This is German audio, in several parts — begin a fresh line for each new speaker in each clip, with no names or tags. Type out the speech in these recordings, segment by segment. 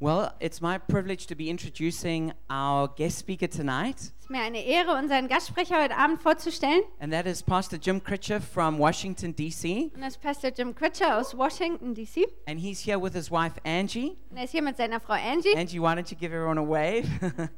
Well, it's my privilege to be introducing our guest speaker tonight,
Es ist mir eine Ehre, unseren Gastsprecher heute Abend vorzustellen.
and that is Pastor Jim Critcher from Washington, D.C.,
Und das ist Pastor Jim Critcher aus Washington, D.C.
and he's here with his wife, Angie.
Und er ist hier mit seiner Frau Angie.
Angie, why don't you give everyone a wave?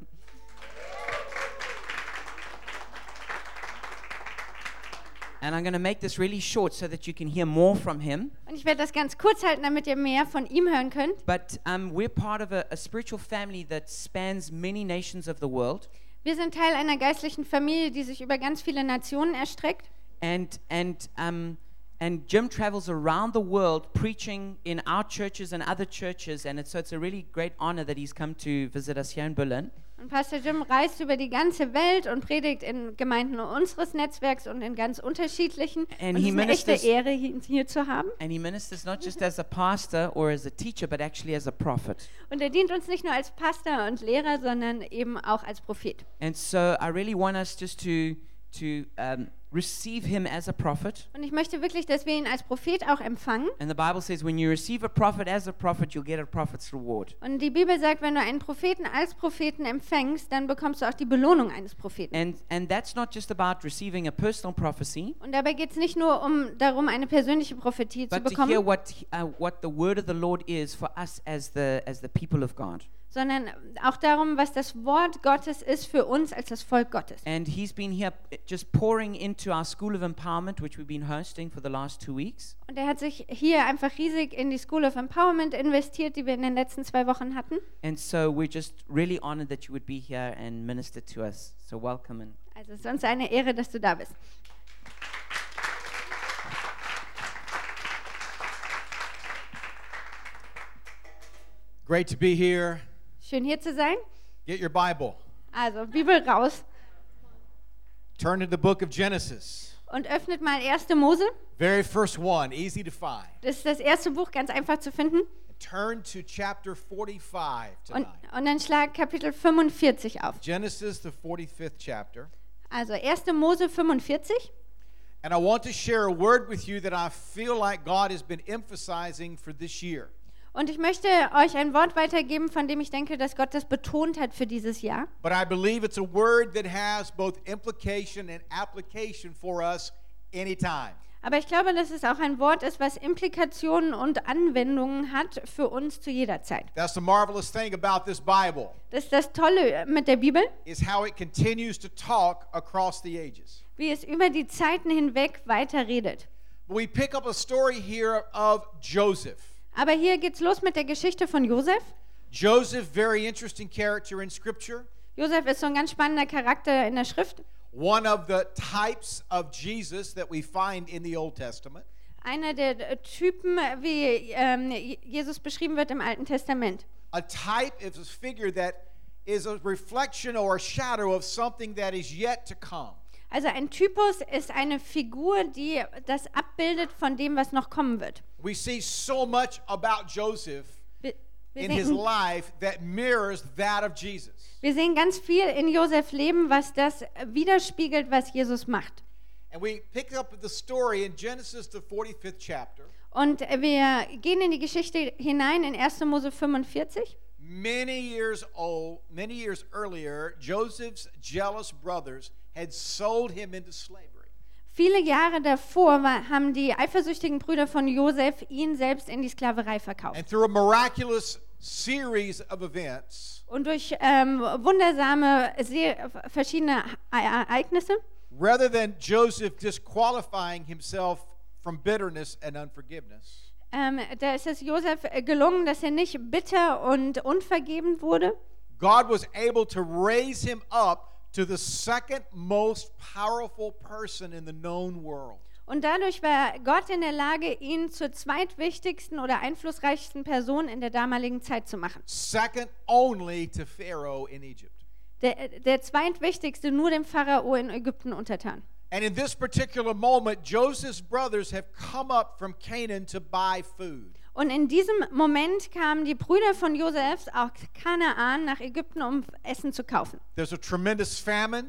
and I'm going to make this really short so that you can hear more from him.
Und ich werde das ganz kurz halten, damit ihr mehr von ihm hören könnt.
But um, we're part of a, a spiritual family that spans many nations of the world.
Wir sind Teil einer geistlichen Familie, die sich über ganz viele Nationen erstreckt.
And, and, um, and Jim travels around the world preaching in our churches and other churches. And it's, so it's a really great honor that he's come to visit us here in Berlin.
Und Pastor Jim reist über die ganze Welt und predigt in Gemeinden unseres Netzwerks und in ganz unterschiedlichen.
And
und es
he
ist eine echte
ministers-
Ehre, ihn hier zu haben.
And he ministers not just as a pastor or as a teacher, but actually as a prophet.
Und er dient uns nicht nur als Pastor und Lehrer, sondern eben auch als Prophet.
And so I really want us just to to um, receive him as a prophet.
Und ich möchte wirklich, dass wir ihn als Prophet auch empfangen.
And the Bible says, when you receive a prophet as a prophet, you'll get a prophet's reward.
Und die Bibel sagt, wenn du einen Propheten als Propheten empfängst, dann bekommst du auch die Belohnung eines Propheten.
And and that's not just about receiving a personal prophecy,
Und dabei geht es nicht nur um darum, eine persönliche Prophetie zu
but to hear
bekommen,
what uh, what the word of the Lord is for us as the as the people of God.
sondern auch darum, was das Wort Gottes ist für uns als das Volk Gottes.
And he's been here uh, just pouring into our school of empowerment, which we've been hosting for the last two weeks.
Und er hat sich hier einfach riesig in die School of Empowerment investiert, die wir in den letzten zwei Wochen hatten.
And so we're just really honored that you would be here and minister to us. So welcome and
Also es ist uns eine Ehre, dass du da bist.
Great to be here.
Schön hier zu sein.
Get your Bible.
Also Bibel raus
Turn to the book of Genesis.
und öffnet mal 1. Mose.
Very first one, easy to find.
Das ist das erste Buch, ganz einfach zu finden.
Turn to chapter 45
Und,
tonight.
und dann schlag Kapitel 45 auf.
Genesis, the 45th chapter.
Also 1. Mose 45.
And I want to share a word with you that I feel like God has been emphasizing for this year.
Und ich möchte euch ein Wort weitergeben, von dem ich denke, dass Gott das betont hat für dieses Jahr.
But I believe it's a word that has both implication and application for us anytime.
Aber ich glaube, dass es auch ein Wort ist, was Implikationen und Anwendungen hat für uns zu jeder Zeit.
That's the marvelous thing about this Bible
Das ist das Tolle mit der Bibel,
is how it continues to talk across the ages.
wie es über die Zeiten hinweg weiter redet.
We pick up a story here of Joseph.
Aber hier geht's los mit der Geschichte von Josef.
Joseph, very interesting character in Scripture,
Josef ist so ein ganz spannender Charakter in der Schrift.
one of the types of Jesus that we find in the Old Testament.
Einer der äh, Typen, wie ähm, Jesus beschrieben wird im Alten Testament.
A type is a figure that is a reflection or a shadow of something that is yet to come.
Also ein Typus ist eine Figur, die das abbildet von dem, was noch kommen wird.
We see so much about Joseph
Wir, wir,
in his
sehen,
life that mirrors that of Jesus.
wir sehen ganz viel in Josef Leben, was das widerspiegelt, was Jesus macht.
And we pick up the story in Genesis, the 45th chapter.
Und wir gehen in die Geschichte hinein in 1. Mose 45.
Many years old, many years earlier, Joseph's jealous brothers had sold him into slavery.
Viele Jahre davor war, haben die eifersüchtigen Brüder von Josef ihn selbst in die Sklaverei verkauft.
And through a miraculous series of events,
Und durch ähm, wundersame sehr, verschiedene E-, Ereignisse
rather than Joseph disqualifying himself from bitterness and unforgiveness,
Ähm, da ist es Josef äh, gelungen, dass er nicht bitter und unvergebend wurde,
God was able to raise him up to the second most powerful person in the known world.
und dadurch war Gott in der Lage, ihn zur zweitwichtigsten oder einflussreichsten Person in der damaligen Zeit zu machen.
Second only to Pharaoh in Egypt.
Der, äh, der zweitwichtigste, nur dem Pharao in Ägypten untertan.
And in this particular moment, Joseph's brothers have come up from Canaan to buy food.
Und in diesem Moment kamen die Brüder von Josefs, auch Kanaan, nach Ägypten, um Essen zu kaufen.
There's a tremendous famine.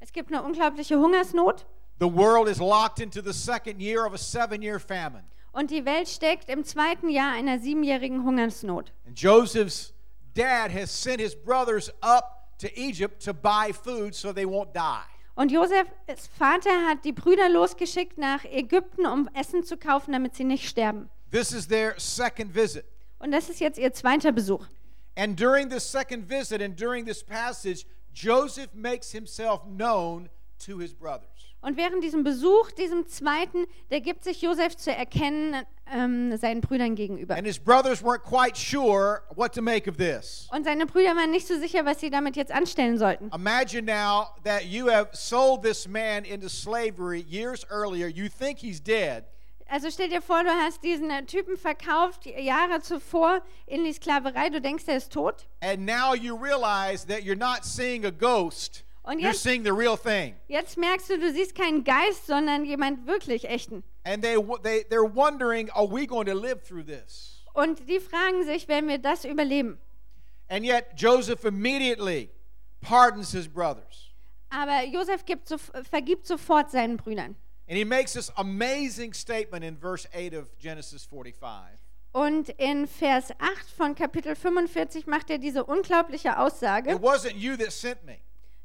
Es gibt eine unglaubliche Hungersnot
The world is locked into the second year of a seven year famine.
und die Welt steckt im zweiten Jahr einer siebenjährigen Hungersnot.
And Joseph's dad has sent his brothers up to Egypt to buy food so they won't die.
Und Josefs Vater hat die Brüder losgeschickt nach Ägypten, um Essen zu kaufen, damit sie nicht sterben.
This is their second visit.
Und das ist jetzt ihr zweiter Besuch.
And during this second visit and during this passage, Joseph makes himself known to his brothers.
Und während diesem Besuch, diesem zweiten, da gibt sich Josef zu erkennen ähm, seinen Brüdern gegenüber.
And his brothers weren't quite sure what to make of this.
Und seine Brüder waren nicht so sicher, was sie damit jetzt anstellen sollten.
Imagine now that you have sold this man into slavery years earlier. You think he's dead,
Also stell dir vor, du hast diesen äh, Typen verkauft Jahre zuvor in die Sklaverei. Du denkst, er ist tot.
and now you realize that you're not seeing a ghost,
Und
you're
jetzt,
seeing the real thing.
jetzt merkst du, du siehst keinen Geist, sondern jemand wirklich echten.
And they, they, they're wondering, are we going to live through this?
Und die fragen sich, werden wir das überleben?
And yet Joseph immediately pardons his brothers.
Aber Josef gibt so, vergibt sofort seinen Brüdern.
And he makes this amazing statement in verse 8 of Genesis 45.
Und in Vers 8 von Kapitel 45 macht er diese unglaubliche Aussage.
It wasn't you that sent me,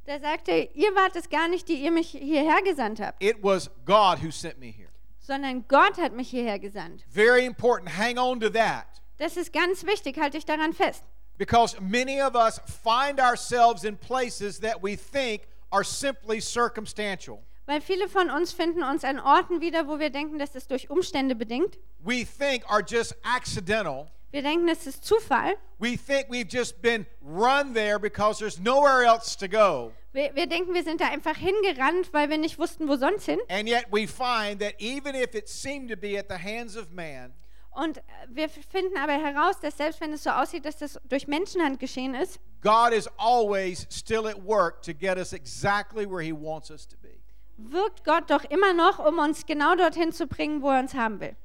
Da sagt er, ihr wart es gar nicht, die ihr mich hierher gesandt habt,
it was God who sent me here.
sondern Gott hat mich hierher gesandt.
Very important. Hang on to that.
Das ist ganz wichtig, halte ich daran fest.
Because many of us find ourselves in places that we think are simply circumstantial.
Weil viele von uns finden uns an Orten wieder, wo wir denken, das ist durch Umstände bedingt.
We think are just accidental.
Wir denken, das ist Zufall.
We think we've just been run there because there's nowhere else to go.
Wir, wir denken, wir sind da einfach hingerannt, weil wir nicht wussten, wo sonst hin.
And yet we find that even if it seemed to be at the hands of man,
Und äh, wir finden aber heraus, dass selbst wenn es so aussieht, dass das durch Menschenhand geschehen ist,
God is always still at work to get us exactly where He wants us to be.
wirkt Gott doch immer noch, um uns genau dorthin zu bringen, wo er uns haben will.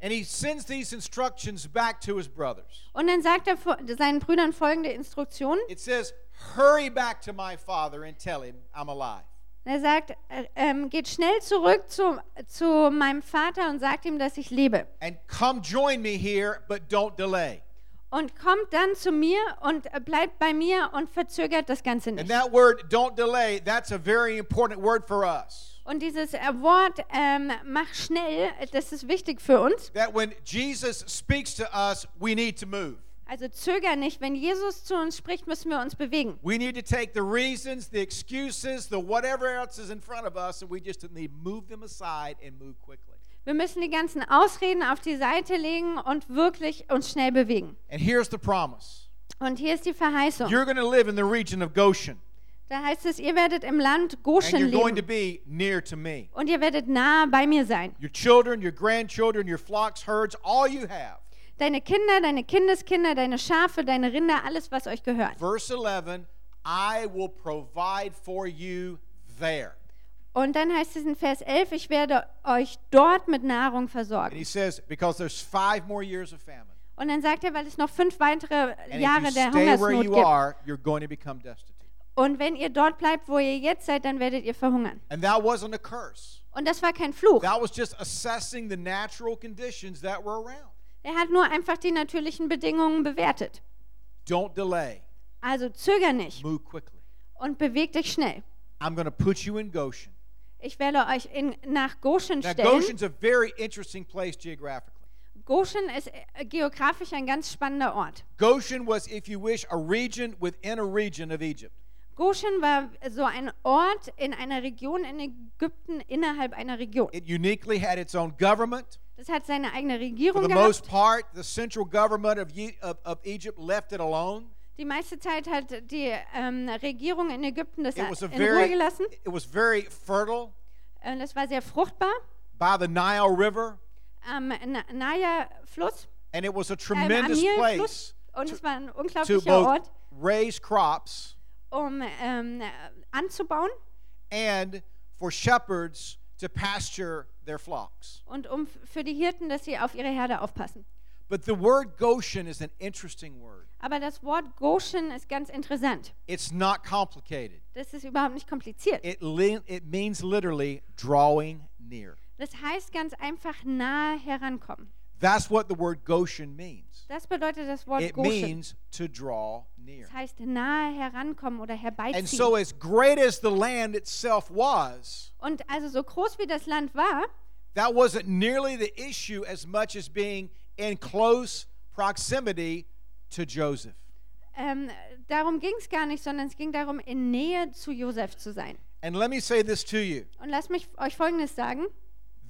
And He sends these instructions back to His brothers.
Und dann sagt er vor- seinen Brüdern folgende Instruktion.
It says, Hurry back to my father and tell him I'm alive.
Er sagt, äh, ähm, geht schnell zurück zu, zu meinem Vater und sagt ihm, dass ich lebe.
And come join me here, but don't delay.
Und kommt dann zu mir und äh, bleibt bei mir und verzögert das Ganze
And
nicht.
that word, don't delay, that's a very important word for us.
Und dieses äh, Wort, ähm, mach schnell, äh, das ist wichtig für uns.
That when Jesus speaks to us, we need to move.
Also zöger nicht. Wenn Jesus zu uns spricht, müssen wir uns bewegen.
We need to take the reasons, the excuses, the whatever else is in front of us, and we just need to move them aside and move quickly.
Wir müssen die ganzen Ausreden auf die Seite legen und wirklich uns schnell bewegen.
And here's the promise
Und hier ist die Verheißung.
you're going to live in the region of Goshen,
Da heißt es, ihr werdet im Land
and
Goshen
you're going to
leben
be near to me.
und ihr werdet nahe bei mir sein.
Your children, your grandchildren, your flocks, herds, all you have.
Deine Kinder, deine Kindeskinder, deine Schafe, deine Rinder, alles, was euch gehört.
Verse 11 I will provide for you there.
Und dann heißt es in Vers 11, ich werde euch dort mit Nahrung
And he
versorgen.
says, because there's five more years of famine.
Und dann sagt er, weil es noch fünf weitere
And
Jahre
if you
der
stay where
Hungersnot
you
gibt.
are, you're going to become destitute.
Und wenn ihr dort bleibt, wo ihr jetzt seid, dann werdet ihr verhungern.
And that wasn't a curse.
Und das war kein Fluch.
That was just assessing the natural conditions that were around.
Er hat nur einfach die natürlichen Bedingungen bewertet.
Don't delay.
Also zöger nicht
Move quickly.
und beweg dich schnell.
I'm going to put you in Goshen.
Ich werde euch in, nach Goshen
Now,
stellen.
Goshen's a very interesting place geographically.
Goshen ist äh, geografisch ein ganz spannender Ort.
Goshen was, if you wish, a region within a region of Egypt.
Goshen war so ein Ort in einer Region in Ägypten innerhalb einer Region.
It uniquely had its own government.
Das hat seine eigene
For
Regierung
the most
gehabt.
part, the central government of, Ye- of, of Egypt left it alone.
Die meiste Zeit hat die ähm, Regierung in Ägypten das in
It was a
Ruhe
very,
gelassen.
it was very fertile
Äh, Das war sehr fruchtbar
by the Nile River,
am äh, Na- Naya-Fluss,
and it was a
ähm, am
tremendous place
Nilfluss. Und es war ein
to
unglaublicher
both
Ort,
raise crops
um ähm, äh, anzubauen
and for shepherds to pasture their flocks.
und um f- für die Hirten, dass sie auf ihre Herde aufpassen.
But the word Goshen is an interesting word.
Aber das Wort Goshen ist ganz interessant.
It's not complicated.
Das ist überhaupt nicht kompliziert.
It li- it means literally drawing near.
Das heißt ganz einfach nahe herankommen.
That's what the word Goshen means.
Das bedeutet das Wort
It
Goshen.
means to draw near.
Das heißt nahe herankommen oder herbeiziehen.
And so, as great as the land itself was,
Und also so groß wie das Land war,
that wasn't nearly the issue as much as being in close proximity to Joseph.
ähm, darum ging es gar nicht, sondern es ging darum, in Nähe zu Josef zu sein.
And let me say this to you
Und lasst mich euch Folgendes sagen.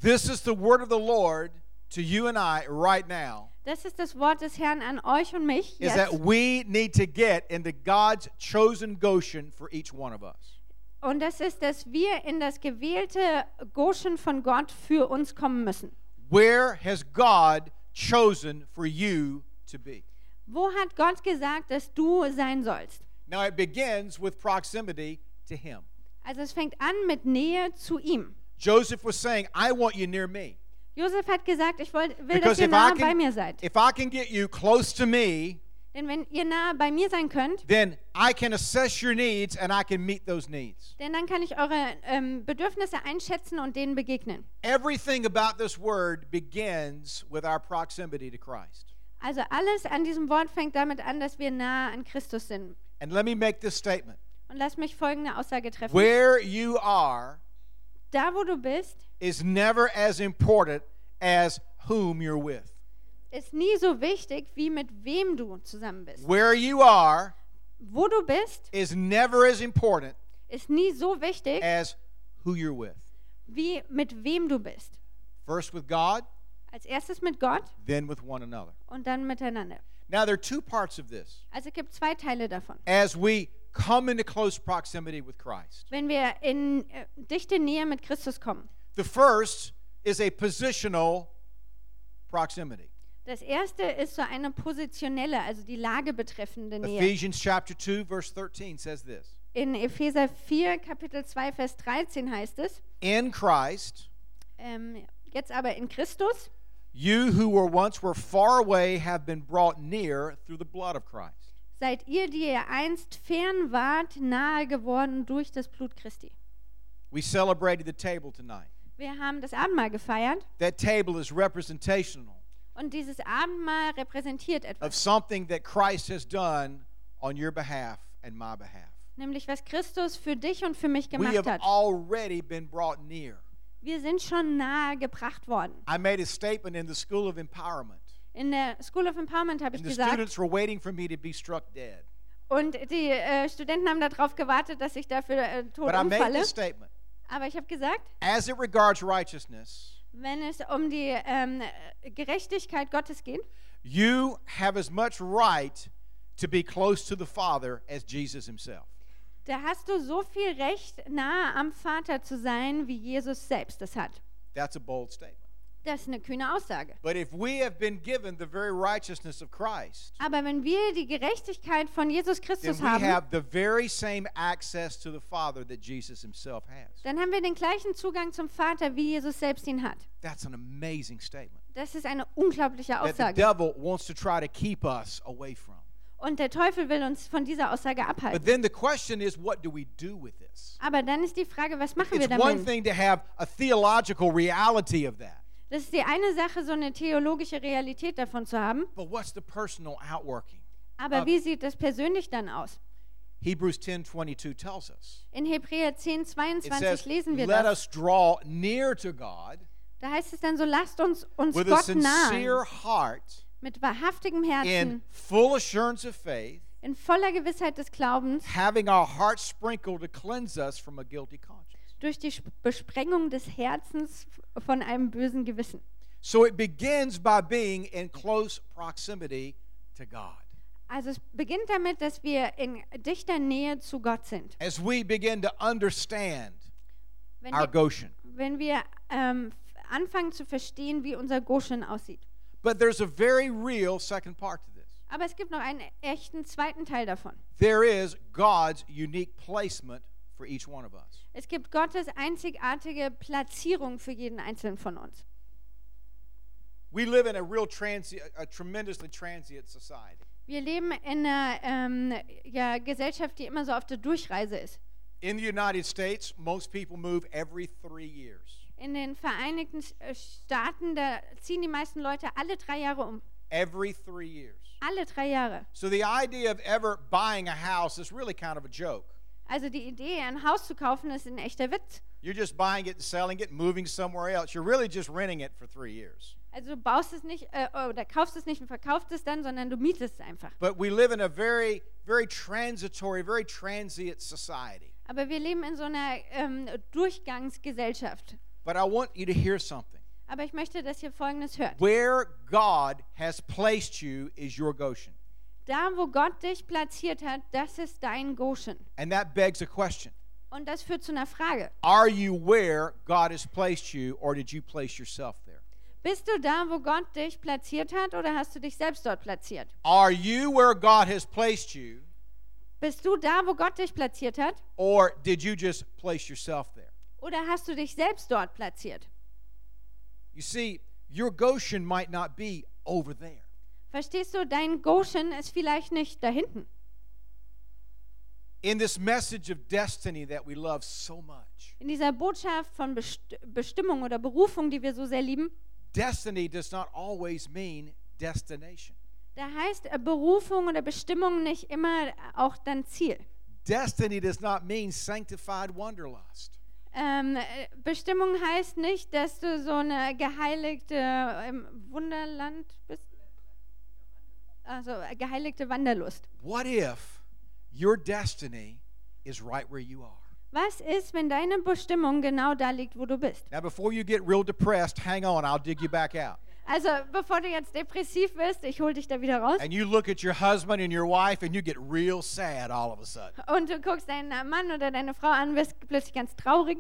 this is the word of the Lord to you and I right now.
Das ist das Wort des Herrn an euch und mich.
Is
Jetzt.
that we need to get into God's chosen Goshen for each one of us.
Und das ist, dass wir in das gewählte Goshen von Gott für uns kommen müssen.
Where has God chosen for you to be?
Wo hat Gott gesagt, dass du sein sollst?
Now it begins with proximity to Him.
Also es fängt an mit Nähe zu ihm.
Joseph was saying, I want you near me.
Josef hat gesagt, ich wollt, will, dass
Because
ihr
if I
nahe bei
can-
mir seid.
if I can get you close to me,
Denn wenn ihr nahe bei mir sein könnt,
then I can assess your needs and I can meet those needs.
denn dann kann ich eure ähm, Bedürfnisse einschätzen und denen begegnen.
Everything about this word begins with our proximity to Christ.
Also alles an diesem Wort fängt damit an, dass wir nahe an Christus sind.
And let me make this statement
Und lass mich folgende Aussage treffen.
where you are
da, wo du bist,
is never as important as whom you're with.
ist nie so wichtig, wie mit wem du zusammen bist.
Where you are
Wo du bist,
is never as important
ist nie so wichtig,
as who you're with.
wie mit wem du bist.
First with God,
Als erstes mit Gott
then with one another.
und dann miteinander.
Now, there are two parts of this.
Also es gibt zwei Teile davon.
As we come into close proximity with Christ,
Wenn wir in äh, dichte Nähe mit Christus kommen.
the first is a positional proximity.
Das erste ist so eine positionelle, also die Lage betreffende Nähe.
Ephesians chapter 2 verse 13 says this.
In Epheser 4, Kapitel 2, Vers 13 heißt es,
In Christ,
ähm, jetzt aber in Christus,
you who were once were far away have been brought near through the blood of Christ.
seid ihr, die ihr einst fern wart, nahe geworden durch das Blut Christi.
We celebrated the table tonight.
Wir haben das Abendmahl gefeiert
That table is representational
und dieses Abendmahl repräsentiert
of
etwas,
something that Christ has done on your behalf and my behalf.
nämlich was Christus für dich und für mich
Also We
gemacht
have
hat.
already been brought near.
Wir sind schon nahe gebracht worden.
I made a statement in the School of Empowerment,
In der School of Empowerment habe ich
and the
gesagt
students were waiting for me to be struck dead.
und die äh, Studenten haben darauf gewartet, dass ich dafür äh, tot
But I made
umfalle.
this statement
Aber ich habe gesagt,
as it regards righteousness.
wenn es um die ähm, Gerechtigkeit Gottes geht,
You have as much right to be close to the Father as Jesus himself.
da hast du so viel Recht, nahe am Vater zu sein, wie Jesus selbst es hat.
That's a bold statement.
Das ist eine kühne Aussage.
But if we have been given the very righteousness of Christ,
Aber wenn wir die Gerechtigkeit von Jesus
then
Christus
we
haben,
have the very same access to the Father that Jesus himself has.
dann haben wir den gleichen Zugang zum Vater, wie Jesus selbst ihn hat.
That's an amazing statement
Das ist eine unglaubliche
that the
Aussage.
devil wants to try to keep us away from.
Und der Teufel will uns von dieser Aussage
But
abhalten.
then the question is what do we do with this?
Aber dann ist die Frage, was machen wir
It's one
damit?
thing to have a theological reality of that,
Das ist die eine Sache, so eine theologische Realität davon zu haben.
but what's the personal outworking?
Aber
Aber-
wie sieht das persönlich dann aus?
Hebrews 10:22 tells us.
In Hebräer 10,
It says,
22 lesen wir
let
das.
us draw near to God
Da heißt es dann so, lasst uns uns
with a
Gott
sincere
nahen,
heart
mit wahrhaftigem
in
Herzen,
full assurance of faith,
in voller Gewissheit des Glaubens,
having our hearts sprinkled to cleanse us from a guilty conscience.
durch die Sp- Besprengung des Herzens von einem bösen Gewissen.
So it begins by being in close proximity to God.
Also es beginnt damit, dass wir in dichter Nähe zu Gott sind.
As we begin to understand
Wenn
our
wir,
Goshen.
wenn wir ähm, f- anfangen zu verstehen, wie unser Goshen aussieht.
But there's a very real second part to this.
Aber es gibt noch einen echten zweiten Teil davon.
There is God's unique placement for each one of us.
Es gibt Gottes einzigartige Platzierung für jeden einzelnen von uns.
We live in a real transi- a tremendously transient society.
Wir leben in einer ähm, ja, Gesellschaft, die immer so auf der Durchreise ist.
In the United States, most people move every three years.
in den Vereinigten S- äh, Staaten, da ziehen die meisten Leute alle drei Jahre um.
every three years.
Alle drei Jahre.
So the idea of ever buying a house is really kind of a joke.
Also die Idee, ein Haus zu kaufen, ist ein echter Witz.
You're just buying it and selling it, moving somewhere else. You're really just renting it for three years.
Also du baust es nicht äh, oder kaufst es nicht und verkaufst es dann, sondern du mietest es einfach.
But we live in a very, very transitory, very transient society.
Aber wir leben in so einer ähm, Durchgangsgesellschaft.
But I want you to hear something.
Aber ich möchte, dass ihr Folgendes hört.
Where God has placed you is your Goshen.
Da, wo Gott dich platziert hat, das ist dein Goshen.
And that begs a question
Und das führt zu einer Frage.
Are you where God has placed you, or did you place yourself there?
Bist du da, wo Gott dich platziert hat oder hast du dich selbst dort platziert?
Are you where God has placed you,
Bist du da, wo Gott dich platziert hat
or did you just place yourself there?
oder hast du dich selbst dort platziert?
You see, your Goshen might not be over there.
Verstehst du, dein Goshen ist vielleicht nicht da hinten.
In this message of destiny that we love so much,
In dieser Botschaft von Best Bestimmung oder Berufung, die wir so sehr lieben,
destiny does not always mean destination.
da heißt äh, Berufung oder Bestimmung nicht immer auch dein Ziel.
Destiny does not mean sanctified wanderlust.
Ähm, äh, Bestimmung heißt nicht, dass du so eine geheiligte ähm, Wunderland bist. Also äh, geheiligte Wanderlust.
What if your destiny is right where you are?
Was ist, wenn deine Bestimmung genau da liegt, wo du bist?
Now, before you get real depressed, hang on, I'll dig you back out.
Also, bevor du jetzt depressiv bist, ich hol dich da wieder raus.
And you look at your husband and your wife, and you get real sad all of a sudden.
Und du guckst deinen äh, Mann oder deine Frau an, wirst plötzlich ganz traurig.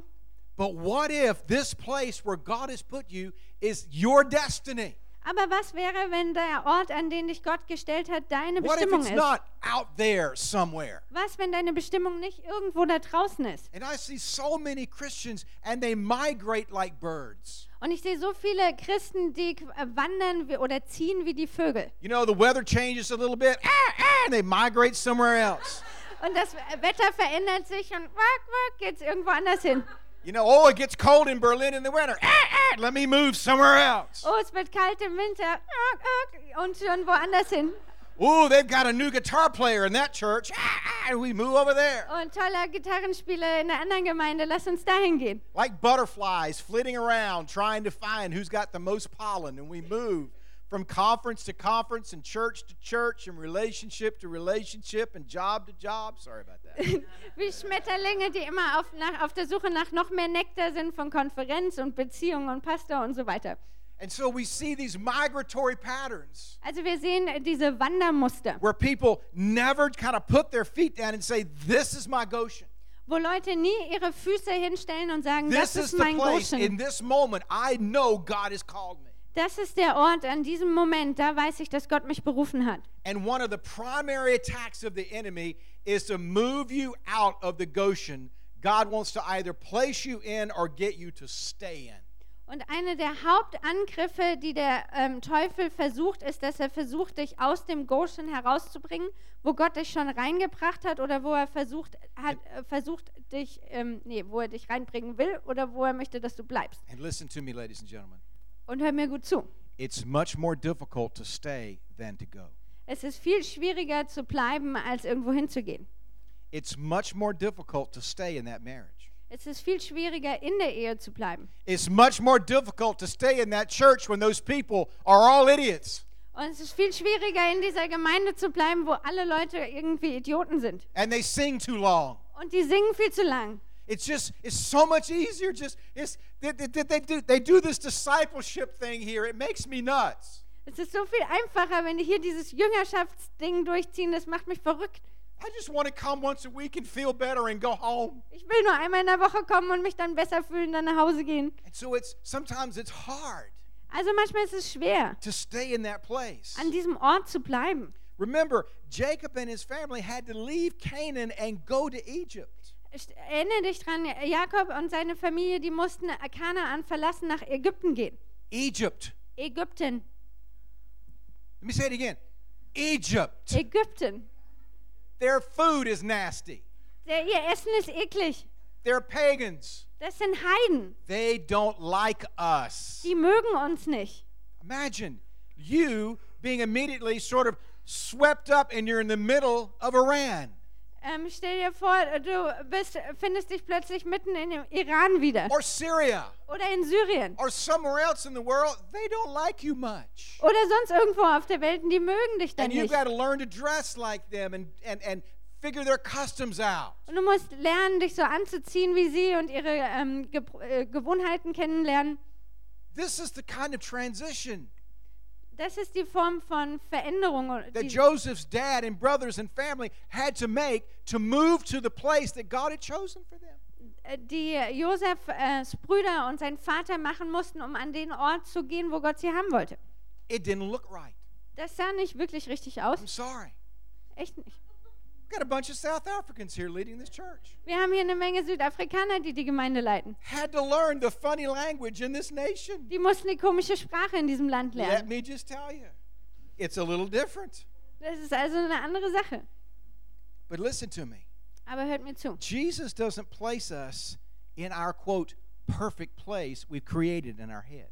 But what if this place where God has put you is your destiny?
Aber was wäre, wenn der Ort, an den dich Gott gestellt hat, deine
What if
Bestimmung
it's
ist?
not out there somewhere?
Was, wenn deine Bestimmung nicht irgendwo da draußen ist?
And I see so many Christians, and they migrate like birds.
Und ich sehe so viele Christen, die qu- äh, wandern wie- oder ziehen wie die Vögel.
You know, the weather changes a little bit, ah, ah, and they migrate somewhere else.
Und das äh, Wetter verändert sich und wack, wack, geht's irgendwo anders hin.
You know, oh, it gets cold in Berlin in the winter. Ah, ah, let me move somewhere else.
Oh, es wird kalt im Winter wack, wack, und schon woanders hin.
Ooh, they've got a new guitar player in that church. Ah, ah, and we move over there.
Und toller Gitarrenspieler in der anderen Gemeinde, lass uns dahin gehen.
Like butterflies flitting around trying to find who's got the most pollen. And we move from conference to conference and church to church and relationship to relationship and job to job. Sorry about that.
Wie Schmetterlinge, die immer auf, nach, auf der Suche nach noch mehr Nektar sind von Konferenz und Beziehungen und Pastor und so weiter.
and so we see these migratory patterns
Also wir sehen äh, diese Wandermuster,
where people never kind of put their feet down and say, This is my Goshen.
wo Leute nie ihre Füße hinstellen und sagen,
This
das
is
ist
the
mein
place in
Goshen.
this moment I know God has called me.
Das ist der Ort an diesem Moment, da weiß ich, dass Gott mich berufen hat.
And one of the primary attacks of the enemy is to move you out of the Goshen. God wants to either place you in or get you to stay in.
Und einer der Hauptangriffe, die der ähm, Teufel versucht, ist, dass er versucht, dich aus dem Goshen herauszubringen, wo Gott dich schon reingebracht hat oder wo er versucht, hat, äh, versucht dich, ähm, nee, wo er dich reinbringen will oder wo er möchte, dass du bleibst.
And listen to me, ladies and gentlemen.
Und hör mir gut zu.
It's much more difficult to stay than to go.
Es ist viel schwieriger zu bleiben, als irgendwo hinzugehen.
It's much more difficult to stay in that marriage.
Es ist viel schwieriger, in der Ehe zu bleiben.
It's much more difficult to stay in that church when those people are all idiots
Und es ist viel schwieriger, in dieser Gemeinde zu bleiben, wo alle Leute irgendwie Idioten sind.
and they sing too long.
Und die singen viel zu lang.
It's just it's so much easier. Just it's they, they, they- they do they do this discipleship thing here. It makes me nuts.
Es ist so viel einfacher, wenn die hier dieses Jüngerschaftsding durchziehen. Das macht mich verrückt.
I just want to come once a week and feel better and go home.
Ich will nur einmal in der Woche kommen und mich dann besser fühlen, dann nach Hause gehen.
And so it's sometimes it's hard
Also manchmal ist es schwer,
to stay in that place.
an diesem Ort zu bleiben.
Remember, Jacob and his family had to leave Canaan and go to Egypt.
Ich erinnere dich dran, Jakob und seine Familie, die mussten Kanaan verlassen, nach Ägypten gehen.
Egypt.
Ägypten,
Let me say it again. Egypt.
Ägypten.
Their food is nasty.
Der, ihr Essen ist eklig.
They're pagans.
Das sind Heiden.
They don't like us.
Die mögen uns nicht.
Imagine you being immediately sort of swept up and you're in the middle of Iran
Ähm, stell dir vor, du bist, äh, findest dich plötzlich mitten in dem Iran wieder
or Syria
oder in Syrien
or somewhere else in the world. They don't like you much.
oder sonst irgendwo auf der Welt und die mögen dich dann
And you've
nicht.
got to learn to dress like them and, and, and figure their customs out.
Und du musst lernen, dich so anzuziehen wie sie und ihre ähm, Ge äh, Gewohnheiten kennenlernen.
This is the kind of transition
Das ist die Form von Veränderung, äh,
that
die,
Joseph's dad and brothers and family had to make to move to the place that God had chosen for them.
äh, die Josefs äh, Brüder und sein Vater machen mussten, um an den Ort zu gehen, wo Gott sie haben wollte.
It didn't look right.
Das sah nicht wirklich richtig aus.
I'm sorry.
Echt nicht.
We've got a bunch of South Africans here leading this church.
Wir haben hier eine Menge Südafrikaner, die die Gemeinde leiten.
Had to learn the funny language in this nation.
Die mussten die komische Sprache in diesem Land
Let
lernen.
me just tell you, it's a little different.
Das ist also eine andere Sache.
But listen to me.
Aber hört mir zu.
Jesus doesn't place us in our quote perfect place we've created in our head.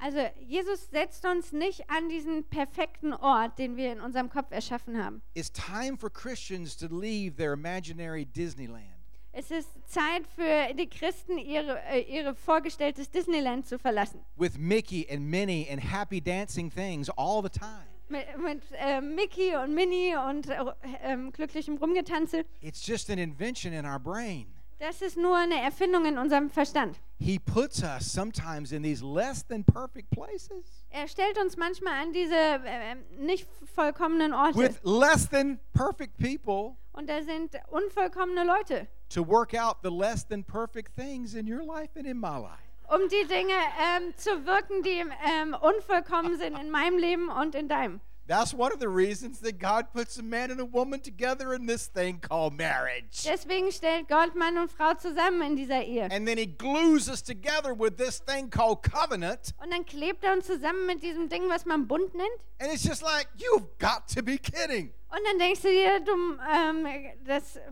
Also Jesus setzt uns nicht an diesen perfekten Ort, den wir in unserem Kopf erschaffen haben.
It's time for Christians to leave their imaginary Disneyland
Es ist Zeit für die Christen, ihre, äh, ihre vorgestelltes Disneyland zu verlassen.
with Mickey and Minnie and happy dancing things all the time.
Mit, mit äh, Mickey und Minnie und äh, ähm, glücklichem Rumgetanze.
It's just an invention in our brain.
Das ist nur eine Erfindung in unserem Verstand.
He puts us sometimes in these less than perfect places
Er stellt uns manchmal an diese äh, äh, nicht vollkommenen Orte.
with less than perfect people
und da sind unvollkommene Leute,
to work out the less than perfect things in your life and in my life.
um die Dinge ähm, zu wirken, die ähm, unvollkommen sind in meinem Leben und in deinem.
That's one of the reasons that God puts a man and a woman together in this thing called marriage.
Deswegen stellt Gott Mann und Frau zusammen in dieser Ehe.
And then he glues us together with this thing called covenant.
Und dann klebt er uns zusammen mit diesem Ding, was man Bund nennt.
And it's just like, you've got to be kidding.
Und dann denkst du dir, du, ähm, das, äh,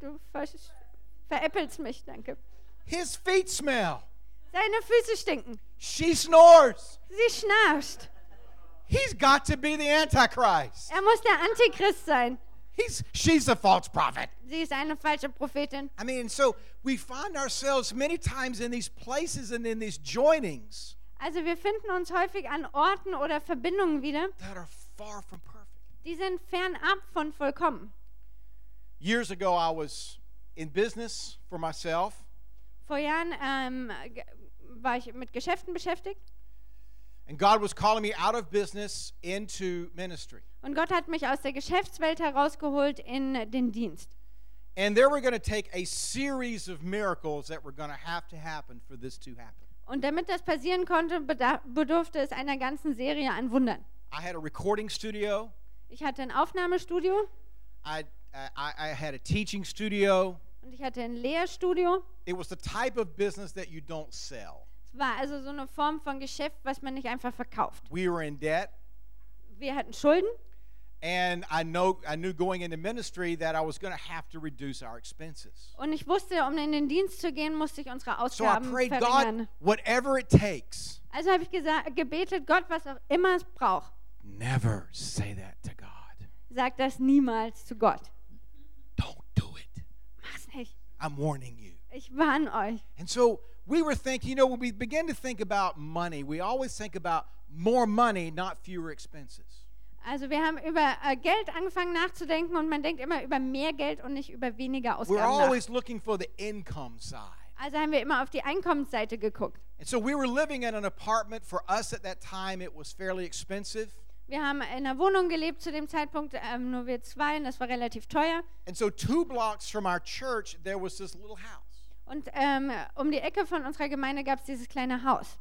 du ver veräppelst mich, danke.
His feet smell.
Seine Füße stinken.
She snores.
Sie schnarcht.
He's got to be the Antichrist.
Er muss der Antichrist sein.
He's, she's a false prophet.
Sie ist eine falsche Prophetin.
I mean, and so we find ourselves many times in these places and in these joinings
Also wir finden uns häufig an Orten oder Verbindungen wieder,
that are far from perfect.
die sind fernab von vollkommen.
Years ago, I was in business for myself.
Vor Jahren ähm, ge- war ich mit Geschäften beschäftigt
And God was calling me out of business into ministry.
und Gott hat mich aus der Geschäftswelt herausgeholt in den Dienst.
And there were going to take a series of miracles that were going to have to happen for this to happen.
Und damit das passieren konnte, bedarf, bedurfte es einer ganzen Serie an Wundern.
I had a recording studio.
Ich hatte ein Aufnahmestudio
I, I, I had a teaching studio.
und ich hatte ein Lehrstudio.
It was the type of business that you don't sell.
Es war also so eine Form von Geschäft, was man nicht einfach verkauft.
We were in debt.
Wir hatten Schulden
And I, know, I knew going into ministry that I was going to have to reduce our expenses.
und ich wusste, um in den Dienst zu gehen, musste ich unsere
So I
Ausgaben
prayed,
verringern.
God, whatever it takes,
Also habe ich gesa- gebetet, Gott, was auch immer es braucht,
never say that to God.
sag das niemals zu Gott.
Don't do it.
Mach's nicht.
I'm warning you.
Ich warne euch.
And so we were thinking, you know, when we begin to think about money, we always think about more money, not fewer expenses.
Also wir haben über äh, Geld angefangen nachzudenken und man denkt immer über mehr Geld und nicht über weniger
We're
Ausgaben nach.
always looking for the income side.
Also haben wir immer auf die Einkommensseite geguckt.
And so we were living in an apartment. For us at that time, it was fairly expensive.
Wir haben in einer Wohnung gelebt zu dem Zeitpunkt, ähm, nur wir zwei, und das war relativ teuer.
And so, two blocks from our church, there was this little house.
Und ähm, um die Ecke von unserer Gemeinde gab es dieses kleine Haus.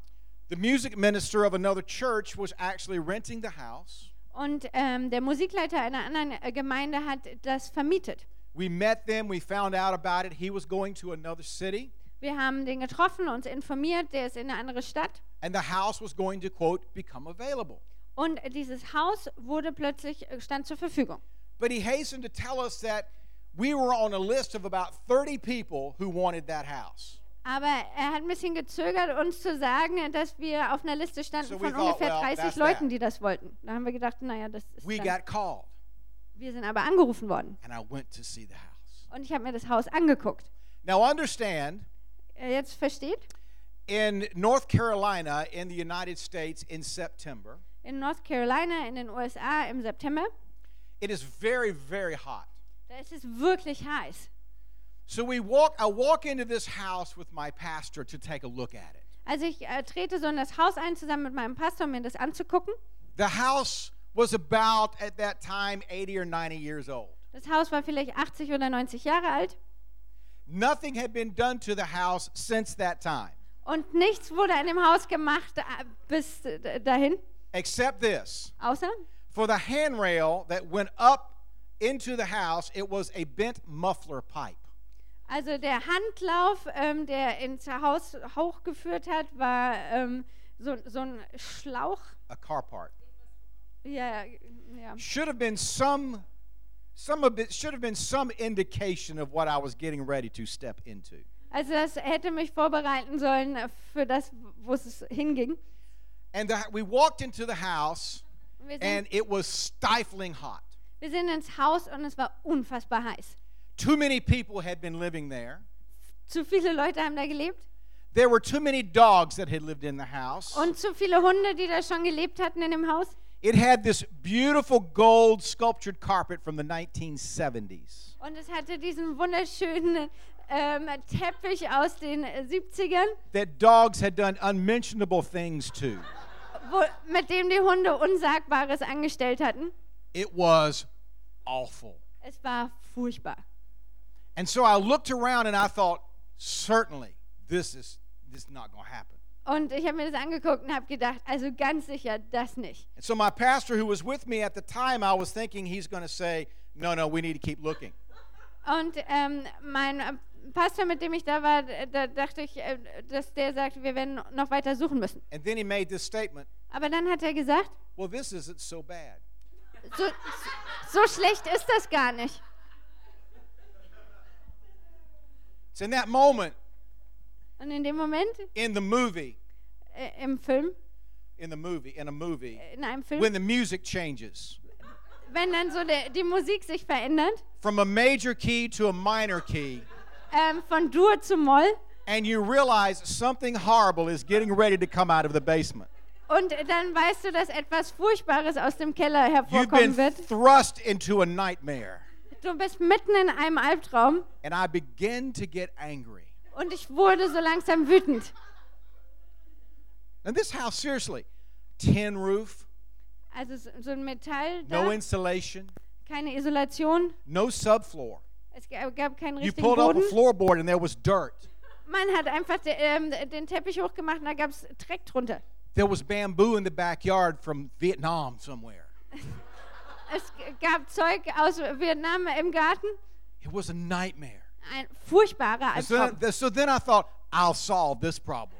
The music minister of another church was actually renting the house.
Und ähm, der Musikleiter einer anderen äh, Gemeinde hat das vermietet.
We met them, we found out about it. He was going to another city,
Wir haben den getroffen, uns informiert, der ist in eine andere Stadt.
and the house was going to, quote, become available.
Und dieses Haus wurde plötzlich, äh, stand zur Verfügung.
But he hastened to tell us that we were on a list of about 30 people who wanted that house.
Aber er hat ein bisschen gezögert, uns zu sagen, dass wir auf einer Liste standen
So we
von
thought,
ungefähr
well,
30
that's
Leuten,
that.
die das wollten. Da haben wir gedacht, naja, das ist
We
dann.
got called,
Wir sind aber angerufen worden.
and I went to see the house.
Und ich habe mir das Haus angeguckt.
Now, understand,
Äh, Jetzt versteht?
in North Carolina, in the United States, in September,
In North Carolina, in den USA, im September,
it is very, very hot.
da ist es wirklich heiß.
So we walk. I walk into this house with my pastor to take a look at it.
Also ich äh, trete so in das Haus ein, zusammen mit meinem Pastor, um mir das anzugucken.
The house was about at that time 80 or 90 years old.
Das Haus war vielleicht 80 oder 90 Jahre alt
Nothing had been done to the house since that time,
und nichts wurde an dem Haus gemacht äh, bis äh, dahin,
except this.
außer
For the handrail that went up into the house, it was a bent muffler pipe.
also der Handlauf, ähm, der ins Haus hochgeführt hat, war ähm, so, so ein Schlauch.
A car part.
Ja, ja, ja.
Should have been some some of it should have been some indication of what I was getting ready to step into.
Also das hätte mich vorbereiten sollen äh, für das, wo es hinging.
And the, we walked into the house
Wir sind,
and it was stifling hot.
wir sind ins Haus und es war unfassbar heiß.
Too many people had been living there.
Zu viele Leute haben da gelebt
There were too many dogs that had lived in the house.
und zu viele Hunde, die da schon gelebt hatten in dem Haus.
It had this beautiful gold sculptured carpet from the 1970s.
Und es hatte diesen wunderschönen ähm, Teppich aus den äh, 70ern,
that dogs had done unmentionable things to.
wo, mit dem die Hunde Unsagbares angestellt hatten.
It was awful.
Es war furchtbar.
And so I looked around and I thought, certainly this is this is not going to happen.
Und ich habe mir das angeguckt und habe gedacht, also ganz sicher das nicht.
And so my pastor who was with me at the time, I was thinking he's going to say, "No, no, we need to keep looking."
Und ähm, mein äh, Pastor, mit dem ich da war, äh, da dachte ich, äh, dass der sagt, wir werden noch weiter suchen müssen.
And then he made this statement,
Aber dann hat er gesagt,
"Well, this isn't so bad."
so, so schlecht ist das gar nicht.
It's in that moment
Und in dem Moment
in the movie,
äh, im Film,
in the movie, in a movie,
in einem Film,
when the music changes
wenn dann so der, die Musik sich verändert,
from a major key to a minor key,
ähm, von Dur zu Moll,
and you realize something horrible is getting ready to come out of the basement.
und dann weißt du, dass etwas Furchtbares aus dem Keller
You've been
hervorkommen wird.
thrust into a nightmare.
Du bist mitten in einem Albtraum
And I begin to get angry.
und ich wurde so langsam wütend.
Now, this house, seriously, tin roof,
Also so so ein Metall, da,
no insulation,
keine Isolation,
no subfloor.
es ga- gab keinen
You
richtigen
pulled up a
Boden.
floorboard and there was dirt.
Man hat einfach de, ähm, den Teppich hochgemacht und da gab es Dreck drunter.
There was bamboo in the backyard from Vietnam somewhere.
Es g- gab Zeug aus Vietnam im Garten.
It was a nightmare.
Ein furchtbarer
And so,
Albtraum.
then, so then I thought, I'll solve this problem.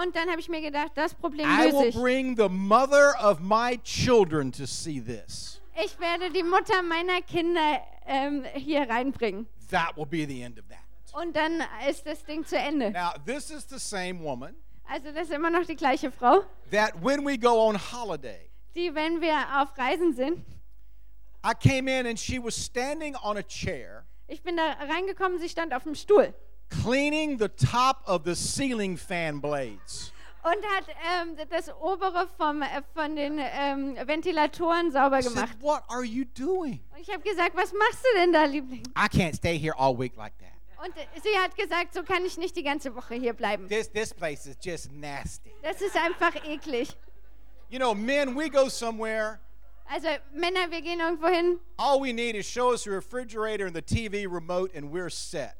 Und dann habe ich mir gedacht, das Problem
I
löse
will
ich.
bring the mother of my children to see this.
Ich werde die Mutter meiner Kinder ähm, hier reinbringen.
That will be the end of that.
Und dann ist das Ding zu Ende.
Now, this is the same woman
Also das ist immer noch die gleiche Frau,
that when we go on holiday,
die, wenn wir auf Reisen sind,
I came in and she was standing on a chair
ich bin da reingekommen, sie stand auf dem Stuhl
cleaning the top of the ceiling fan blades.
und hat ähm, das obere vom, äh, von den ähm, Ventilatoren sauber
I said,
gemacht.
What are you doing?
Und ich habe gesagt, was machst du denn da, Liebling?
I can't stay here all week like that.
Und äh, sie hat gesagt, so kann ich nicht die ganze Woche hier bleiben.
This this place is just nasty.
Das ist einfach eklig.
You know, men, we go somewhere,
Also Männer, wir gehen irgendwo hin.
all we need is show us the refrigerator and the TV remote and we're set.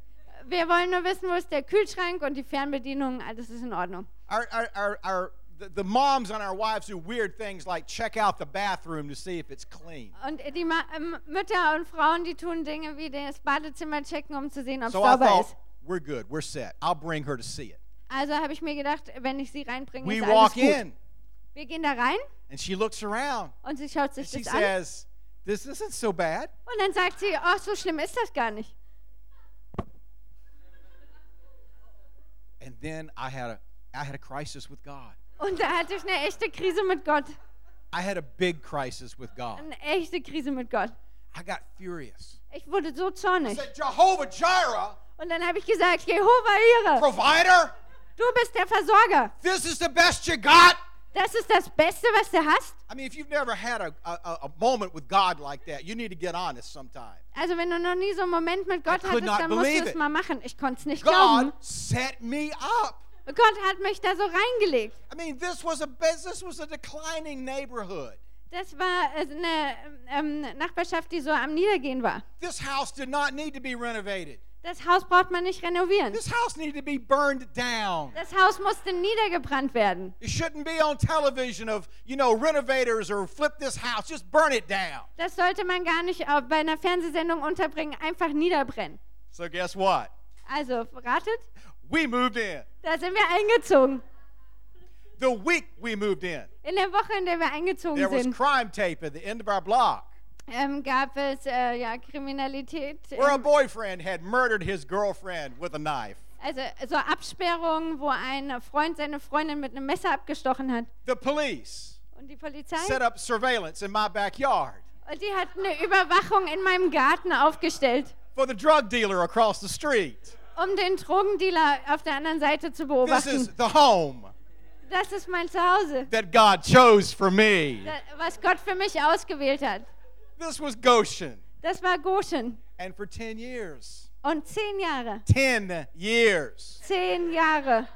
Wir wollen nur wissen, wo ist der Kühlschrank und die Fernbedienung. Alles ist in Ordnung.
Our our our, our the, the moms and our wives do weird things like check out the bathroom to see if it's clean.
Und die Ma ähm, Mütter und Frauen, die tun Dinge wie das Badezimmer checken, um zu sehen, ob es
So also. I
sauber
thought,
ist.
we're good, we're set. I'll bring her to see it.
Also habe ich mir gedacht, wenn ich sie reinbringe,
We
ist alles
walk
gut.
in
Wir gehen da rein
and she looks around
und sie schaut sich
She
das an
says, This isn't so bad.
Und dann sagt sie, ach, so schlimm ist das gar nicht.
And then I had a I had a crisis with God.
Und da hatte ich eine echte Krise mit Gott.
I had a big crisis with God.
Eine echte Krise mit Gott.
I got furious.
Ich wurde so
I
zornig.
said, Jehovah Jireh,
Und dann habe ich gesagt, Jehova Ire,
provider,
du bist der Versorger.
this is the best you got.
Das ist das Beste, was du hast.
I mean, if you've never had a, a, a moment with God like that, you need to get honest sometime.
Also wenn du noch nie so einen Moment mit Gott
I could
hattest,
not
dann musst
believe
du es
it.
mal machen. Ich konnte es nicht
God
glauben.
set me up.
Gott hat mich da so reingelegt.
I mean, this was a bus- this was a declining neighborhood.
Das war äh, eine ähm, Nachbarschaft, die so am Niedergehen war.
This house did not need to be renovated.
Das Haus braucht man nicht renovieren.
This house needed to be burned down.
Das Haus musste niedergebrannt werden.
It shouldn't be on television of, you know, renovators or flip this house. Just burn it down.
Das sollte man gar nicht äh, bei einer Fernsehsendung unterbringen. Einfach niederbrennen.
So guess what?
Also, ratet?
We moved in.
Da sind wir eingezogen.
The week we moved in,
In der Woche, in der wir eingezogen
there was
sind,
crime tape at the end of our block
ähm, gab es äh, ja, Kriminalität.
where a
Ähm,
boyfriend had murdered his girlfriend with a knife.
also so Absperrungen, wo ein Freund seine Freundin mit einem Messer abgestochen hat.
The police
Und die Polizei,
set up surveillance in my backyard
und die hat eine Überwachung in meinem Garten aufgestellt,
for the drug dealer across the street.
um den Drogendealer auf der anderen Seite zu
This is
beobachten.
the home
Das ist mein Zuhause,
that God chose for me.
da- was Gott für mich ausgewählt hat.
This was Goshen.
Das war Goshen.
And for 10 years,
Und zehn Jahre,
10 years,
zehn Jahre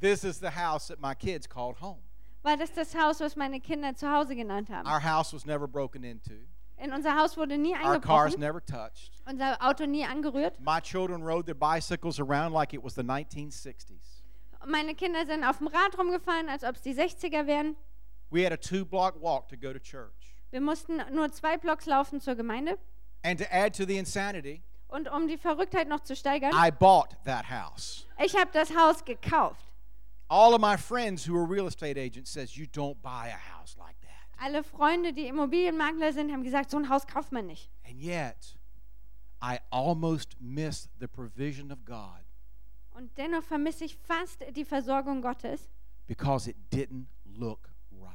this is the house that my kids called home.
war das das Haus, was meine Kinder zu Hause genannt haben.
Our house was never broken into.
In unser Haus wurde nie
Our cars ne-
eingebrochen,
never touched.
unser Auto nie angerührt.
My children rode their bicycles around like it was the 1960s.
Meine Kinder sind auf dem Rad rumgefahren, als ob es die 60er wären.
We had a two block walk to go to church.
Wir mussten nur zwei Blocks laufen zur Gemeinde.
And to add to the insanity,
Und um die Verrücktheit noch zu steigern,
I bought that house.
ich habe das Haus gekauft.
All of my friends who are real estate agents says you don't buy a house like that.
Alle Freunde, die Immobilienmakler sind, haben gesagt, so ein Haus kauft man nicht.
And yet, I almost missed the provision of God
Und dennoch vermisse ich fast die Versorgung Gottes,
because it didn't look right.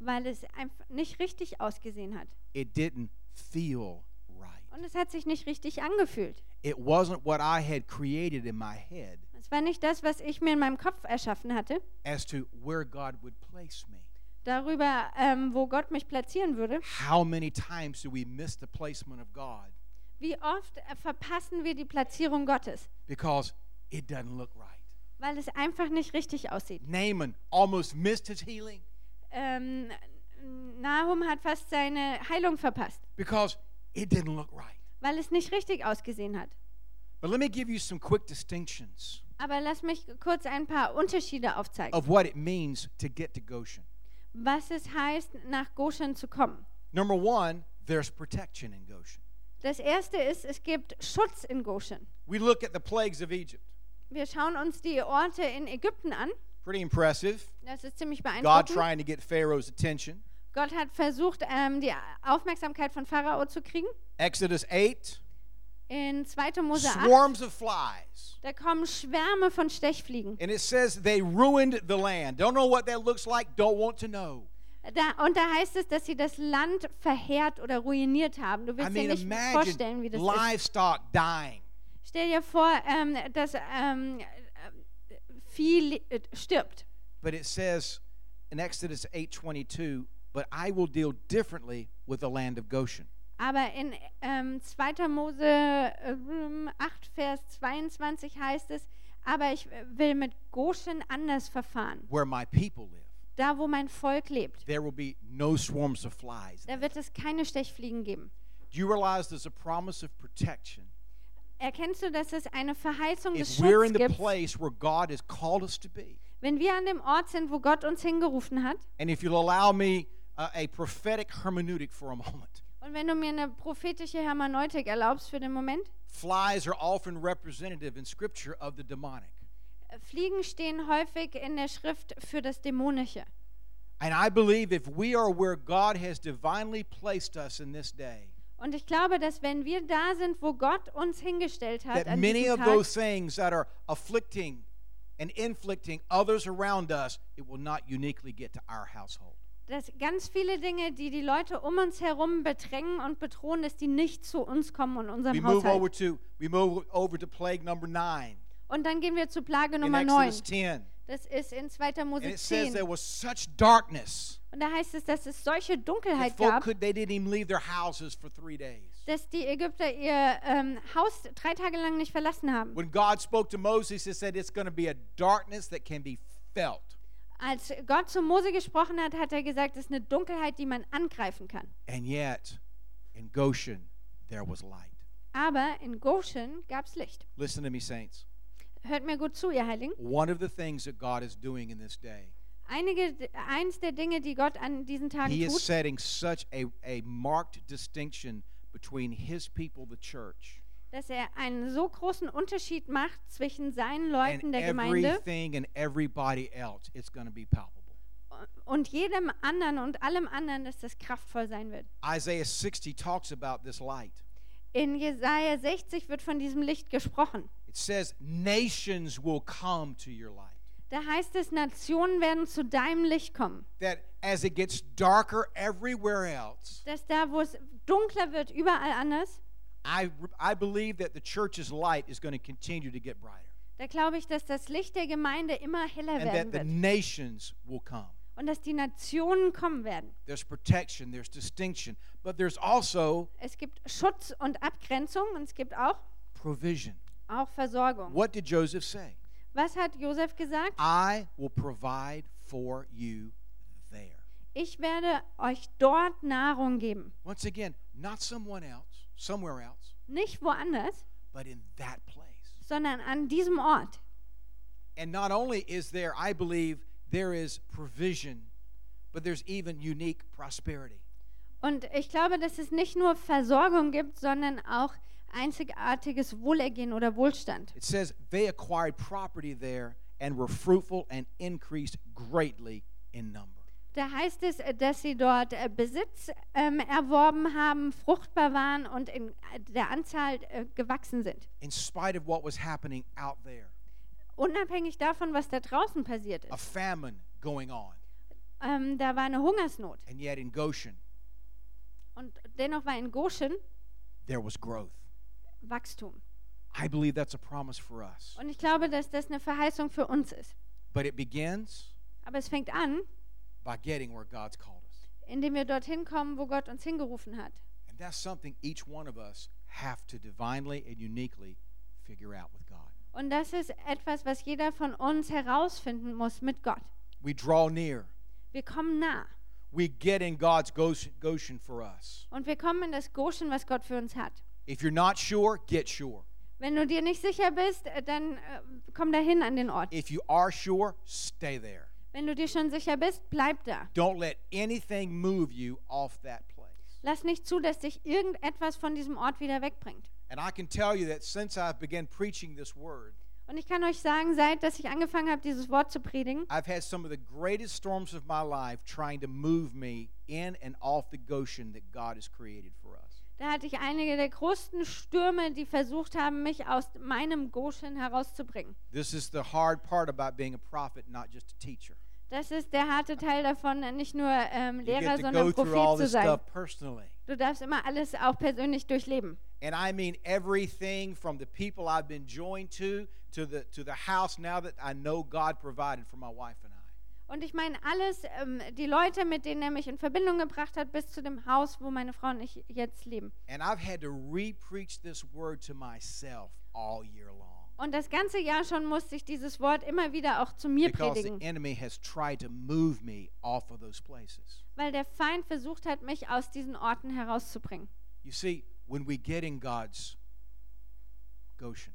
weil es einfach nicht richtig ausgesehen hat.
It didn't feel right.
Und es hat sich nicht richtig angefühlt.
It wasn't what I had created in my head
Es war nicht das, was ich mir in meinem Kopf erschaffen hatte,
as to where God would place me.
darüber, ähm, wo Gott mich platzieren würde.
How many times do we miss the placement of God
Wie oft äh, verpassen wir die Platzierung Gottes,
because it doesn't look right?
weil es einfach nicht richtig aussieht.
Naaman almost missed his healing
Ähm, Nahum hat fast seine Heilung verpasst,
because it didn't look right.
weil es nicht richtig ausgesehen hat.
But let me give you some quick distinctions
Aber lass mich kurz ein paar Unterschiede aufzeigen,
of what it means to get to Goshen.
was es heißt, nach Goshen zu kommen.
Number one, there's protection in Goshen.
Das erste ist, es gibt Schutz in Goshen.
We look at the plagues of Egypt.
Wir schauen uns die Orte in Ägypten an.
Pretty impressive.
Das ist ziemlich
God
beeindruckend.
trying to get Pharaoh's attention.
Gott hat versucht, ähm, die Aufmerksamkeit von Pharao zu kriegen.
Exodus 8,
In 2. Mose 8,
swarms of flies.
da kommen Schwärme von Stechfliegen.
And it says they ruined the land. Don't know what that looks like, don't want to know.
Da, und da heißt es, dass sie das Land verheert oder ruiniert haben. Du
I
willst
mean,
dir nicht vorstellen, wie
imagine
das ist.
livestock dying.
Stell dir vor, ähm, dass ähm, äh, Vieh li- äh, stirbt.
But it says in Exodus 8:22, "But I will deal differently with the land of Goshen."
Aber in ähm, 2. Mose ähm, 8, Vers 22 heißt es, aber ich äh, will mit Goshen anders verfahren.
where my people live.
Da, wo mein Volk lebt,
There will be no swarms of flies.
da
Do
wird es keine Stechfliegen geben.
you realize there's a promise of protection?
Erkennst du, dass es eine Verheißung des
If we're
Schutzes
in the
gibt,
place where God has called us to be,
wenn wir an dem Ort sind, wo Gott uns hingerufen hat?
and if you'll allow me uh, a prophetic hermeneutic for a moment,
Und wenn du mir eine prophetische Hermeneutik erlaubst für den Moment,
flies are often representative in Scripture of the demonic.
Fliegen stehen häufig in der Schrift für das Dämonische.
And I believe if we are where God has divinely placed us in this day,
Und ich glaube, dass wenn wir da sind, wo Gott uns hingestellt hat,
that
an
many
diesem
of
Tag,
those things that are afflicting and inflicting others around us, it will not uniquely get to our household.
dass ganz viele Dinge, die die Leute um uns herum bedrängen und bedrohen, dass die nicht zu uns kommen und
We
unserem
move over
Haushalt.
to we move over to plague number nine
Und dann gehen wir zu Plage
in
Nummer 9.
Exodus 10.
Das ist in 2.
And
Mose
it says
10.
there was such darkness
Und da heißt es, dass es solche
that
Dunkelheit
folk
gab,
could they didn't even leave their houses for three days.
dass die Ägypter ihr ähm, Haus drei Tage lang nicht verlassen haben.
When God spoke to Moses, he said it's going to be a darkness that can be felt.
Als Gott zu Mose gesprochen hat, hat er gesagt, es ist eine Dunkelheit, die man angreifen kann.
And yet, in Goshen, there was light.
Aber in Goshen gab es Licht.
Listen to me, saints.
Hört mir gut zu, ihr Heiligen.
One of the things that God is doing in this day,
Einige, eins der Dinge, die Gott an diesen Tagen
He is
tut,
setting such a, a marked distinction between His people, the church,
dass er einen so großen Unterschied macht zwischen seinen Leuten
and
der Gemeinde
everything and everybody else. It's going to be palpable.
und jedem anderen und allem anderen, dass das kraftvoll sein wird.
Isaiah 60 talks about this light.
In Jesaja 60 wird von diesem Licht gesprochen.
It says, Nations will come to your light.
Da heißt es, Nationen werden zu deinem Licht kommen.
That as it gets darker everywhere else,
Dass da, wo es dunkler wird, überall anders,
I, I believe that the church's light is going to continue to get brighter.
da glaube ich, dass das Licht der Gemeinde immer heller
And that
werden
the
wird
nations will come.
und dass die Nationen kommen werden.
There's protection, there's distinction, but there's also
Es gibt Schutz und Abgrenzung und es gibt auch,
provision.
auch Versorgung.
What did Joseph say?
Was hat Josef gesagt?
I will provide for you there.
Ich werde euch dort Nahrung geben.
Once again, not someone else, somewhere else,
Nicht woanders,
but in that place.
sondern an diesem Ort.
And not only is there, I believe, there is provision, but there's even unique prosperity.
Und ich glaube, dass es nicht nur Versorgung gibt, sondern auch einzigartiges Wohlergehen oder Wohlstand.
It says they acquired property there and were fruitful and increased greatly in number.
Da heißt es, äh, dass sie dort äh, Besitz ähm, erworben haben, fruchtbar waren und in äh, der Anzahl äh, gewachsen sind.
In spite of what was happening out there,
Unabhängig davon, was da draußen passiert
a
ist.
famine going on.
Ähm, da war eine Hungersnot.
And yet in Goshen,
Und dennoch war in Goshen
there was growth.
Wachstum.
I believe that's a promise for us.
Und ich glaube, dass das eine Verheißung für uns ist.
But it begins
Aber es fängt an,
by getting where God's called us.
indem wir dorthin kommen, wo Gott uns hingerufen hat.
And that's something each one of us have to divinely and uniquely figure out with God.
Und das ist etwas, was jeder von uns herausfinden muss mit Gott.
We draw near.
Wir kommen nah
We get in God's Gos- Goshen for us.
und wir kommen in das Goshen, was Gott für uns hat.
If you're not sure, get sure.
Wenn du dir nicht sicher bist, äh, dann äh, komm dahin an den Ort.
If you are sure, stay there.
Wenn du dir schon sicher bist, bleib da.
Don't let anything move you off that place.
Lass nicht zu, dass dich irgendetwas von diesem Ort wieder wegbringt.
And I can tell you that since I've begun preaching this word,
Und ich kann euch sagen, seit dass ich angefangen habe, dieses Wort zu predigen,
I've had some of the greatest storms of my life trying to move me in and off the Goshen that God has created for us.
Da hatte ich einige der größten Stürme, die versucht haben, mich aus meinem Goshen herauszubringen.
This is the hard part about being a prophet, not just a teacher.
Das ist der harte Teil davon, nicht nur ähm,
You
Lehrer,
get to go
sondern
through all
Prophet zu
this
sein.
stuff personally.
Du darfst immer alles auch persönlich durchleben.
And I mean everything from the people I've been joined to to the to the house now that I know God provided for my wife and I.
Und ich meine alles, ähm, die Leute, mit denen er mich in Verbindung gebracht hat, bis zu dem Haus, wo meine Frau und ich jetzt leben.
And I've had to re-preach this word to myself all year long.
Und das ganze Jahr schon musste ich dieses Wort immer wieder auch zu mir
Because the
predigen,
enemy has tried to move me off of those places.
weil der Feind versucht hat, mich aus diesen Orten herauszubringen.
You see, when we get in God's Goshen,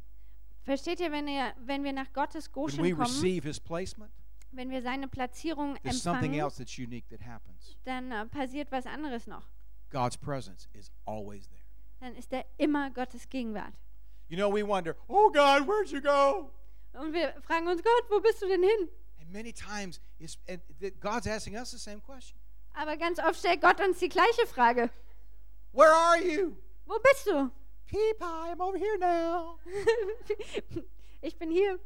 Versteht ihr, wenn, ihr, wenn wir nach Gottes
when we
Goshen kommen,
receive his placement,
wenn wir seine Platzierung
there's something
empfangen,
else that's unique that happens.
dann äh, passiert was anderes noch.
God's presence is always there.
Dann ist er immer Gottes Gegenwart.
You know, we wonder, oh God, where'd you go?
Und wir fragen uns, Gott, wo bist du denn hin?
And And many times, it's, and th- God's asking us the same question
Aber ganz oft stellt Gott uns die gleiche Frage.
Where are you?
Wo bist du?
Pea pie, I'm over here now.
ich bin hier.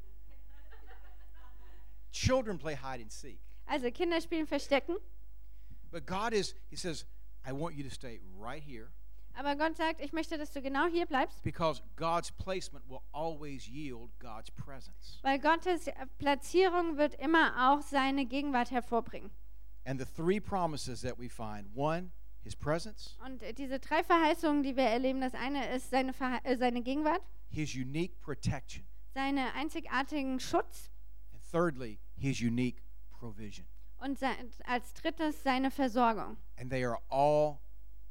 Children play hide and seek.
Also Kinder spielen Verstecken.
But God is, He says, I want you to stay right here
Aber Gott sagt, ich möchte, dass du genau hier bleibst,
because God's placement will always yield God's presence.
weil Gottes äh, Platzierung wird immer auch seine Gegenwart hervorbringen.
And the three promises that we find one, His presence,
Und äh, diese drei Verheißungen, die wir erleben, das eine ist seine, Verhe- äh, seine Gegenwart,
His unique protection,
seine einzigartigen Schutz
and thirdly, His unique provision.
und sein, als drittes seine Versorgung.
And they are all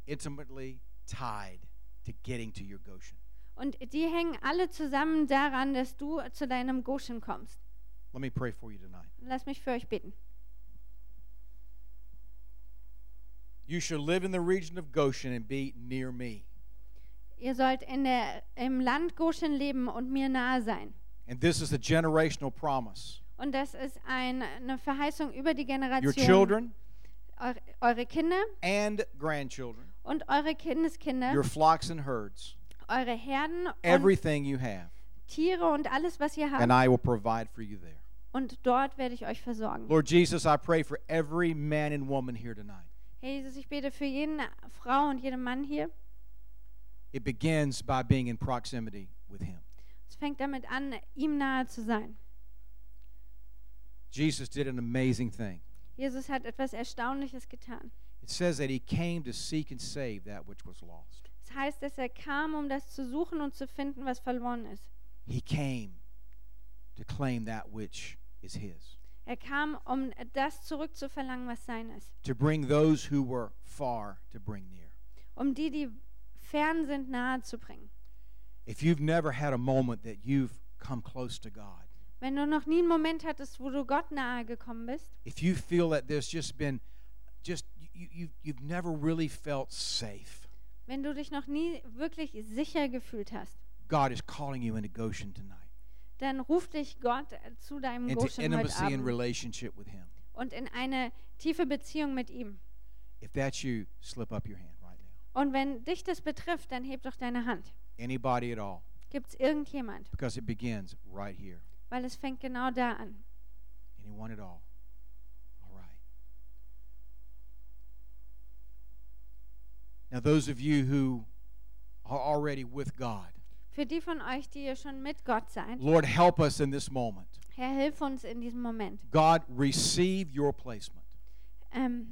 intimately tied to getting to your Goshen.
Und die hängen alle zusammen daran, dass du zu deinem Goshen kommst.
Let me pray for you tonight.
Lass mich für euch beten.
You shall live in the region of Goshen and be near me.
Ihr sollt in der, im Land Goshen leben und mir nahe sein.
And this is a generational promise.
Und das ist ein, eine Verheißung über die
Your
Generation.
children
Eure, eure Kinder
and grandchildren,
und eure Kindeskinder,
your flocks and herds,
eure Herden und
everything you have,
Tiere und alles, was ihr habt.
and I will provide for you there.
Und dort werde ich euch versorgen.
Lord Jesus, I pray for every man and woman here tonight.
Herr Jesus, ich bete für jeden Frau und jeden Mann hier.
It begins by being in proximity with Him.
Es fängt damit an, ihm nahe zu sein.
Jesus did an amazing thing.
Jesus hat etwas Erstaunliches getan.
It says that He came to seek and save that which was lost.
Das heißt, dass er kam, um das zu suchen und zu finden, was verloren ist.
He came to claim that which is His,
Er kam, um das zurückzuverlangen, was sein ist.
to bring those who were far to bring near.
Um die, die fern sind, nahe zu bringen.
If you've never had a moment that you've come close to God,
Wenn du noch nie einen Moment hattest, wo du Gott nahe gekommen bist,
if you feel that there's just been, just you, you, you've never really felt safe,
wenn du dich noch nie wirklich sicher gefühlt hast,
God is calling you into Goshen tonight,
dann ruft dich Gott äh, zu deinem
into
Goshen heute
intimacy and
Abend
relationship with Him.
und in eine tiefe Beziehung mit ihm.
If that's you, slip up your hand right now.
Und wenn dich das betrifft, dann heb doch deine Hand.
Anybody at all,
Gibt es irgendjemand?
because it begins right here.
Weil es fängt genau da an.
Anyone at all? All right. Now, those of you who are already with God,
Für die von euch, die ihr schon mit Gott seid,
Lord, help us in this moment.
Herr, hilf uns in diesem Moment.
God, receive your placement.
Ähm,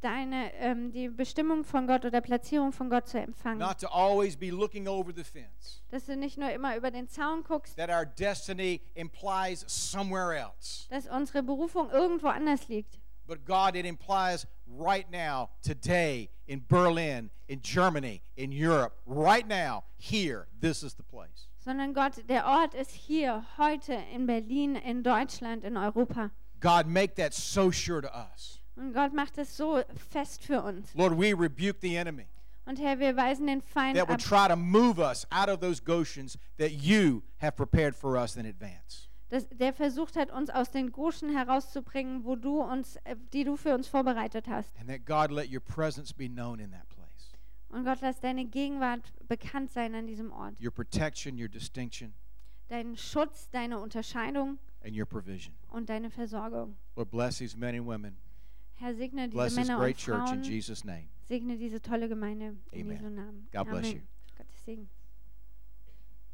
deine, ähm, die Bestimmung von Gott oder Platzierung von Gott zu empfangen.
Not to always be looking over the fence,
dass du nicht nur immer über den Zaun guckst,
that our destiny implies somewhere else.
dass unsere Berufung irgendwo anders liegt.
But God, it implies right now, today, in Berlin, in Germany, in Europe, right now, here, this is the place.
Sondern Gott, der Ort ist hier, heute, in Berlin, in Deutschland, in Europa.
God, make that so sure to us.
Und Gott macht es so fest für uns.
Lord, we rebuke the enemy
Und Herr, wir weisen den Feind ab.
that would try to move us out of those Goshens that you have prepared for us in advance.
dass der versucht hat, uns aus den Goschen herauszubringen, wo du uns, äh, die du für uns vorbereitet hast.
And that God let your presence be known in that place.
Und Gott, lass deine Gegenwart bekannt sein an diesem Ort.
Your protection, your distinction,
Deinen Schutz, deine Unterscheidung
and your provision.
und deine Versorgung.
Lord, bless these men and women.
Herr, segne diese
Bless this
Männer
great
und
church in
Frauen.
Jesus' name.
Segne diese tolle Gemeinde in
Amen.
Jesu Namen.
God bless
Amen.
you.
Gottes Segen.